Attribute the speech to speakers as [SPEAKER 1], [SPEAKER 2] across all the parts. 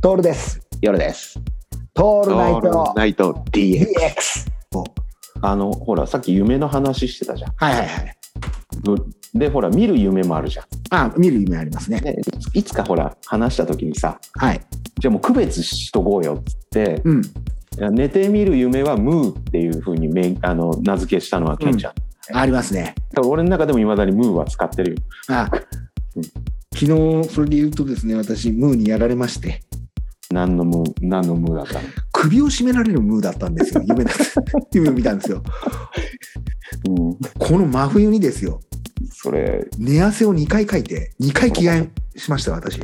[SPEAKER 1] トールです。
[SPEAKER 2] 夜です。
[SPEAKER 1] トール
[SPEAKER 2] オ
[SPEAKER 1] ナイ
[SPEAKER 2] ール
[SPEAKER 1] ト
[SPEAKER 2] ナイト DX。
[SPEAKER 1] DX。
[SPEAKER 2] あの、ほら、さっき夢の話してたじゃん。
[SPEAKER 1] はいはいはい。
[SPEAKER 2] で、ほら、見る夢もあるじゃん。
[SPEAKER 1] あ、見る夢ありますね。
[SPEAKER 2] ね、いついつかほら、話した時にさ、
[SPEAKER 1] はい。
[SPEAKER 2] じゃあもう区別しとこうよっつって、
[SPEAKER 1] うん。
[SPEAKER 2] いや寝て見る夢はムーっていうふうにめあの名付けしたのはケンちゃん。
[SPEAKER 1] ありますね。
[SPEAKER 2] だから俺の中でもいまだにムーは使ってるよ。
[SPEAKER 1] あ
[SPEAKER 2] うん、
[SPEAKER 1] 昨日それで言うとですね、私、ムーにやられまして、
[SPEAKER 2] 何のムー、何のムーだったの。
[SPEAKER 1] 首を絞められるムーだったんですよ。夢だ夢を見たんですよ。
[SPEAKER 2] うん、
[SPEAKER 1] この真冬にですよ、
[SPEAKER 2] それ、
[SPEAKER 1] 寝汗を2回かいて、2回着替えしました、私。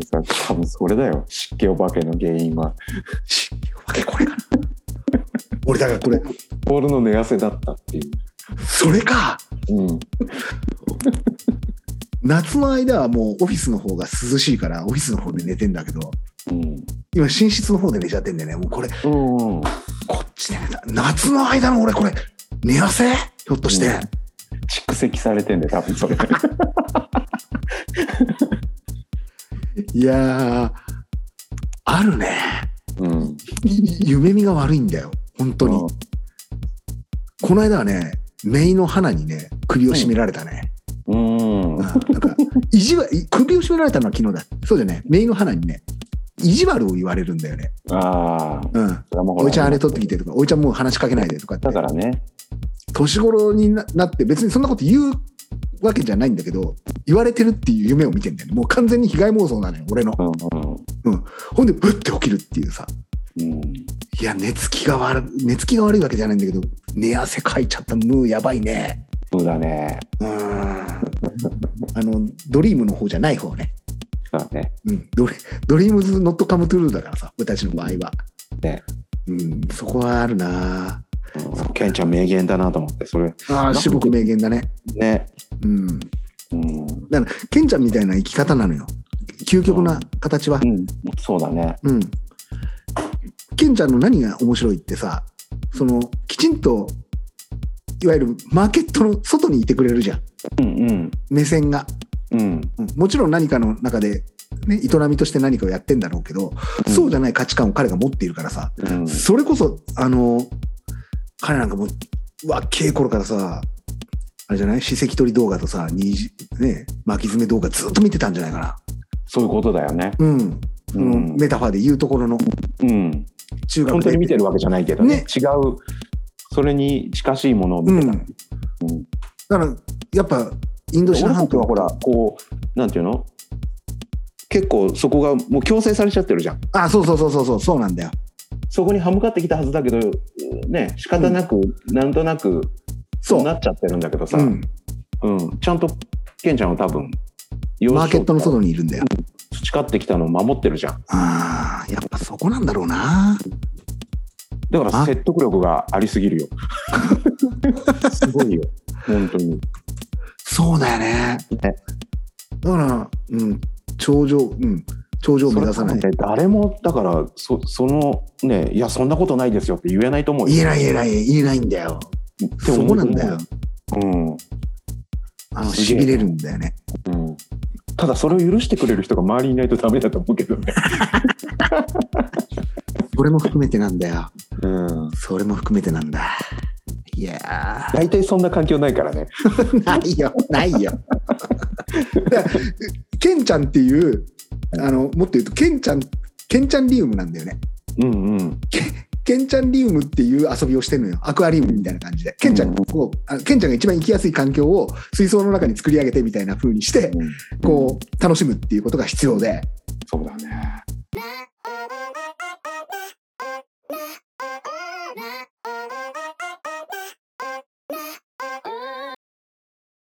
[SPEAKER 2] 多分それだよ。湿気お化けの原因は。
[SPEAKER 1] しお化けこれかな。俺、だからこれ、
[SPEAKER 2] ボールの寝汗だったっていう。
[SPEAKER 1] それか。
[SPEAKER 2] うん。
[SPEAKER 1] 夏の間はもうオフィスの方が涼しいから、オフィスの方で寝てんだけど、
[SPEAKER 2] うん。
[SPEAKER 1] 今、寝室の方で寝ちゃってんでね、もうこれ、
[SPEAKER 2] うん。
[SPEAKER 1] こっちで寝た。夏の間の俺、これ、寝汗ひょっとして。
[SPEAKER 2] うん蓄積されてんで、多分 それ。
[SPEAKER 1] いやー、あるね。
[SPEAKER 2] うん。
[SPEAKER 1] い夢見が悪いんだよ、本当に。
[SPEAKER 2] うん
[SPEAKER 1] この間はね、メイの花にね、首を絞められたね。
[SPEAKER 2] う
[SPEAKER 1] う
[SPEAKER 2] ん。
[SPEAKER 1] んなんか、意地は、い首を絞められたのは昨日だ。そうじゃね、メイの花にね、意地悪を言われるんだよね。
[SPEAKER 2] ああ。
[SPEAKER 1] うん。
[SPEAKER 2] それはもうほら
[SPEAKER 1] おいちゃんあれ取ってきてとか、おいちゃんもう話しかけないでとかって
[SPEAKER 2] だ。からね。
[SPEAKER 1] 年頃にななって別にそんなこと言うわけじゃないんだけど言われてるっていう夢を見てんだよねもう完全に被害妄想なのよ俺の
[SPEAKER 2] うん
[SPEAKER 1] ほんでブッて起きるっていうさ
[SPEAKER 2] うん。うん。
[SPEAKER 1] いや寝つきが悪い寝つきが悪いわけじゃないんだけど寝汗かいちゃったムーやばいね
[SPEAKER 2] そうだね。
[SPEAKER 1] うーんあのドリームの方じゃない方ね
[SPEAKER 2] そうだね。
[SPEAKER 1] うん、ドリドリームズ・ノット・カム・トゥ・ルーだからさ、俺たちの場合は。
[SPEAKER 2] ね
[SPEAKER 1] うん、そこはあるな
[SPEAKER 2] うんケンちゃん名言だなと思って、それ。
[SPEAKER 1] ああ、すごく名言だね。
[SPEAKER 2] ね。
[SPEAKER 1] うん。
[SPEAKER 2] うん。
[SPEAKER 1] ケンちゃんみたいな生き方なのよ。究極な形は
[SPEAKER 2] う。ん。そうだね。
[SPEAKER 1] うん。ケンちゃんの何が面白いってさ、その、きちんと、いわゆるマーケットの外にいてくれるじゃん。
[SPEAKER 2] うん
[SPEAKER 1] 目線が。
[SPEAKER 2] うん。うん。
[SPEAKER 1] うんもちろん何かの中で、ね、営みとして何かをやってんだろうけど、
[SPEAKER 2] うん
[SPEAKER 1] そうじゃない価値観を彼が持っているからさ、
[SPEAKER 2] うん。
[SPEAKER 1] それこそ、あの、彼なんかもう、うわっけえ頃からさ、あれじゃない史跡取り動画とさ、にじね、巻き爪動画ずっと見てたんじゃないかな。
[SPEAKER 2] そういうことだよね。
[SPEAKER 1] うん。そうの
[SPEAKER 2] ん。
[SPEAKER 1] メタファーで言うところの
[SPEAKER 2] うん。
[SPEAKER 1] 中学で。
[SPEAKER 2] 本当に見てるわけじゃないけど
[SPEAKER 1] ね
[SPEAKER 2] ね。違う。それに近しいものを見てた。うん
[SPEAKER 1] だから、やっぱ、インドシナ
[SPEAKER 2] 俺な
[SPEAKER 1] 半
[SPEAKER 2] んか
[SPEAKER 1] 島
[SPEAKER 2] はほら、こう、なんていうの結構そこがもう強制されちゃってるじゃん。
[SPEAKER 1] あ、そうそうそうそうそう、そうなんだよ。
[SPEAKER 2] そこに歯向かってきたはずだけど、ね、仕方なく、なんとなく、
[SPEAKER 1] そう
[SPEAKER 2] そうなっちゃってるんだけどさ、
[SPEAKER 1] う
[SPEAKER 2] うん
[SPEAKER 1] ん。
[SPEAKER 2] ちゃんと、ケンちゃんは多分、幼
[SPEAKER 1] マー
[SPEAKER 2] 少
[SPEAKER 1] ケ
[SPEAKER 2] 期
[SPEAKER 1] ットの外にいるんだよ。
[SPEAKER 2] 培ってきたのを守ってるじゃん。
[SPEAKER 1] ああ、やっぱそこなんだろうな。
[SPEAKER 2] だか
[SPEAKER 1] あ
[SPEAKER 2] ら説得力がありすぎるよ。すごいよ。本当に。
[SPEAKER 1] そうだよね。
[SPEAKER 2] ね
[SPEAKER 1] だから、うん、頂上、うん、頂上を目指さない。
[SPEAKER 2] それ多分ね誰も、だから、そその、ね、いや、そんなことないですよって言えないと思うよ。
[SPEAKER 1] 言えない言えない言えないんだよ。
[SPEAKER 2] っ
[SPEAKER 1] そ
[SPEAKER 2] て思
[SPEAKER 1] うなんだよ。。
[SPEAKER 2] うん。
[SPEAKER 1] あの、
[SPEAKER 2] すげえ
[SPEAKER 1] 痺れるんだよね。
[SPEAKER 2] うんただそれを許してくれる人が周りにいないとダメだと思うけどね。
[SPEAKER 1] それも含めてなんだよ。
[SPEAKER 2] うん。
[SPEAKER 1] それも含めてなんだ。いや
[SPEAKER 2] 大体そんな環境ないからね。
[SPEAKER 1] ー、ないよ、ないよ。だから ケンちゃんっていう、あの、もっと言うと、ケンちゃん、ケンちゃんリウムなんだよね。
[SPEAKER 2] うんうん。
[SPEAKER 1] ケンちゃんリウムっていう遊びをしてるのよ。アクアリウムみたいな感じで。ケンちゃんを、あケンちゃんが一番行きやすい環境を水槽の中に作り上げてみたいな風にして、こう、楽しむっていうことが必要で。
[SPEAKER 2] そうだね。